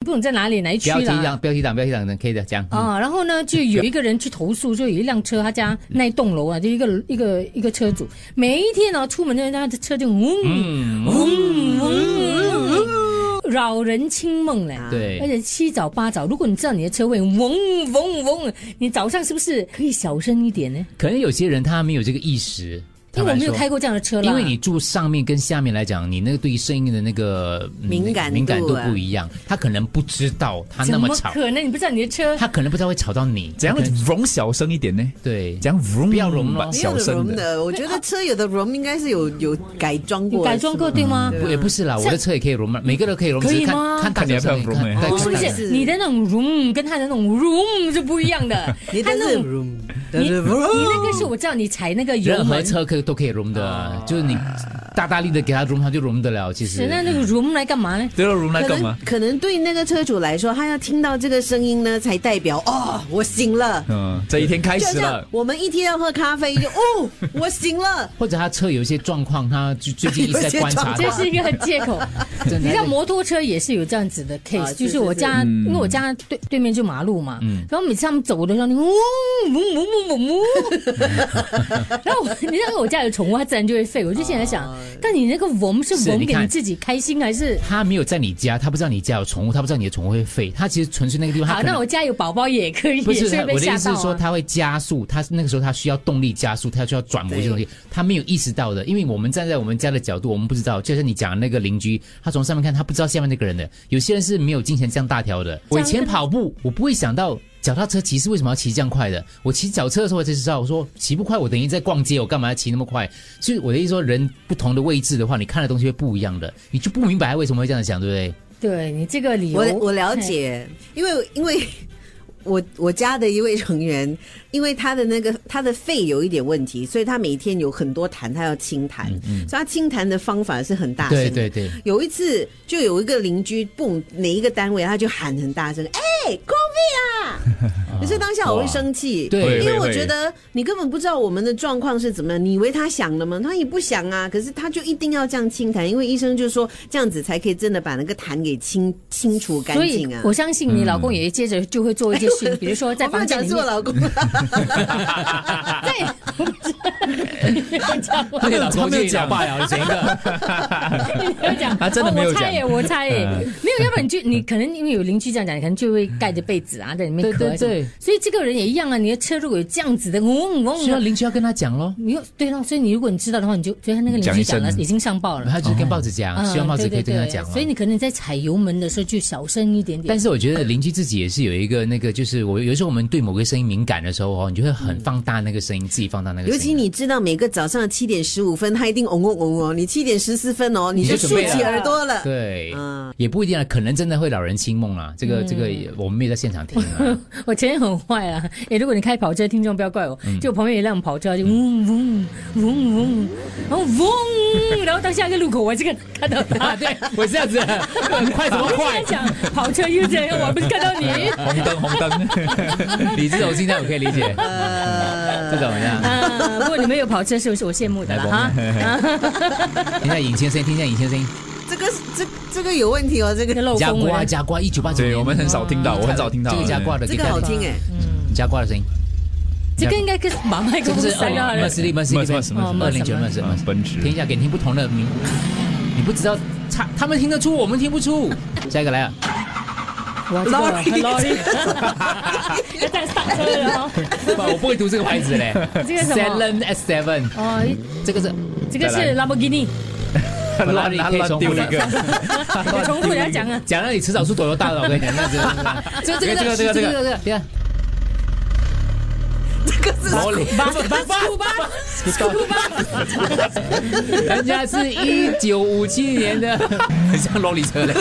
不懂在哪里哪一区标题啦。党，标题党，标题党，可以的，这样。嗯啊，然后呢，就有一个人去投 诉，就有一辆车，他家那一栋楼啊，就一个一个一个车主，每一天呢、出门呢，他的车就嗡嗯，嗡嗡，扰人清梦嘞。对而且七早八早，如果你知道你的车位嗡嗡嗡，你早上是不是可以小声一点呢？可能有些人他没有这个意识。因为我没有坦白说开过这样的车啦。因为你住上面跟下面来讲，你那个对于声音的那个嗯敏感度啊敏感度不一样，他可能不知道他那怎么么吵，可能？你不知道你的车他可能不知道会吵到你。怎样他可能容小声一点呢？对，怎样容不要容咯没小有的声 room 的。的，我觉得车有的 room 应该是有有改装有过的，改装过对吗？对不也不是啦，我的车也可以容嘛，每个都可以容，可以只是吗看看大小声看你要不要看容对哎哦是不看大小是是你的那种 room 跟他的那种 room 是不一样 的？你他的那是种 room，你的你那个是我知道你踩那个油任何门，车可以都可以容的，啊就是你大大力的给他容，他就容得了。其哦是实那那个 room 来干嘛呢？对了，容来可能干嘛？可能对那个车主来说，他要听到这个声音呢，才代表哦，我醒了。嗯，这一天开就始像了。我们一天要喝咖啡，就哦，我醒了。或者他车有一些状况，他就最近一直有在一些观察状他这。是一个借口。啊 真的你知道摩托车也是有这样子的 case，、啊是就是我家，是是因为我家对对面就马路嘛，嗯然后每次他们走的时候，你嗡嗡嗡嗡嗡 嗡，然后我你知道我家有宠物，它自然就会吠。我就现在想，啊但你那个嗡是是嗡你给看你自己开心还是？他没有在你家，他不知道你家有宠物，他不知道你的宠物会吠，他其实纯粹那个地方。他好，可能那我家有宝宝也可以，不是所以他，被我的吓意思到、是说，啊。他会加速，他那个时候他需要动力加速，他需要转某些东西，他没有意识到的，因为我们站在我们家的角度，我们不知道，就像你讲的那个邻居，他从上面看，他不知道下面那个人的，有些人是没有金钱这样大条的。我以前跑步，我不会想到。脚踏车骑士为什么要骑这样快的？我骑脚车的时候，我才知道，我说骑不快，我等于在逛街，我干嘛要骑那么快？所以我的意思说，人不同的位置的话，你看的东西会不一样的，你就不明白他为什么会这样想，对不对？对你这个理由，我我了解，因为因为 我我家的一位成员，因为他的那个他的肺有一点问题，所以他每天有很多痰，他要清痰，所以他清痰的方法是很啊大声对的。对对，有一次，就有一个邻居，不哪一个单位，他就喊很大声：“哎、c o v i d 啊！”可是当下我会生气，对因为会我会觉得你根本不知道我们的状况是怎么样。你以为他想了吗？他也不想啊。可是他就一定要这样清痰，因为医生就说这样子才可以真的把那个痰给清清除干哎所以净啊。我相信嗯你老公也接着就会做一些事，情，比如说在 我不房要间讲里是我面，老公，在 他没有他没有讲罢了， 整个没有讲，他真的没有哦我猜讲耶，我猜耶，嗯没有，要不然你就你可能因为有邻居这样讲，你可能就会盖着被子啊，在里面对咳啊对什么对所以这个人也一样啊，你的车如果有这样子的嗡嗡需要嗡，邻居要跟他讲喽。你又对了，所以你如果你知道的话，你就觉得那个邻讲居一讲了声已经上报了，他就是跟报纸讲，嗯希望报纸可对以对跟他对讲啊嘛。所以你可能在踩油门的时候就小声一点点。但是我觉得邻居自己也是有一个那个，就是我有时候我们对某个声音敏感的时候哦，你就会很放大那个声音，自己放大那个声尤音。其你知道每个早上七点十五分，他一定嗡嗡嗡哦，你七点十四分哦，你你就就竖准备起了耳朵了。对，嗯也不一定啊，可能真的会扰人清梦啦。啊这个、这个也我们没有在现场听啊。 我前天很坏啊！诶，如果你开跑车，听众不要怪我。就旁边有一辆跑车，就嗡嗡嗡嗡，然后嗡，然后到下一个路口，我这个看到他，对， 我这样子，快什 么我在？讲跑车又这样，我不是看到你。红灯红灯，你这种心态我可以理解，嗯呃这种 呀。啊，不过你们有跑车哎是不是我羡慕 的了哈？啊听一下尹先生，听一下尹先生，这个是这这个有问题哦，这个那漏加风啊挂了。加挂一九八九年，对我们很少听到，我很少听到这个加挂的，这个好听哎，加挂的声音，这个应哦该跟把麦克这不风是塞到二了十。里门什是么什么什么哦什么二零九门是啊奔驰 听一下，给你听不同的名，你不知道差，他们听得出，我们听不 出。下一个来啊了，哇，这个很 lorry，要 再上车了哦。哇我不会读这个牌子嘞。这个是什么？ Seven S Seven，哦，这个是这个是兰博基 尼，拉你可以重复丢一的，个，我重复要讲啊。 讲到你迟早出多头大了，我跟你讲，这 个这个这个这个这个这个，你看，这个是老李，巴巴巴巴， 人 家是一九五七年的，很像萝莉车嘞。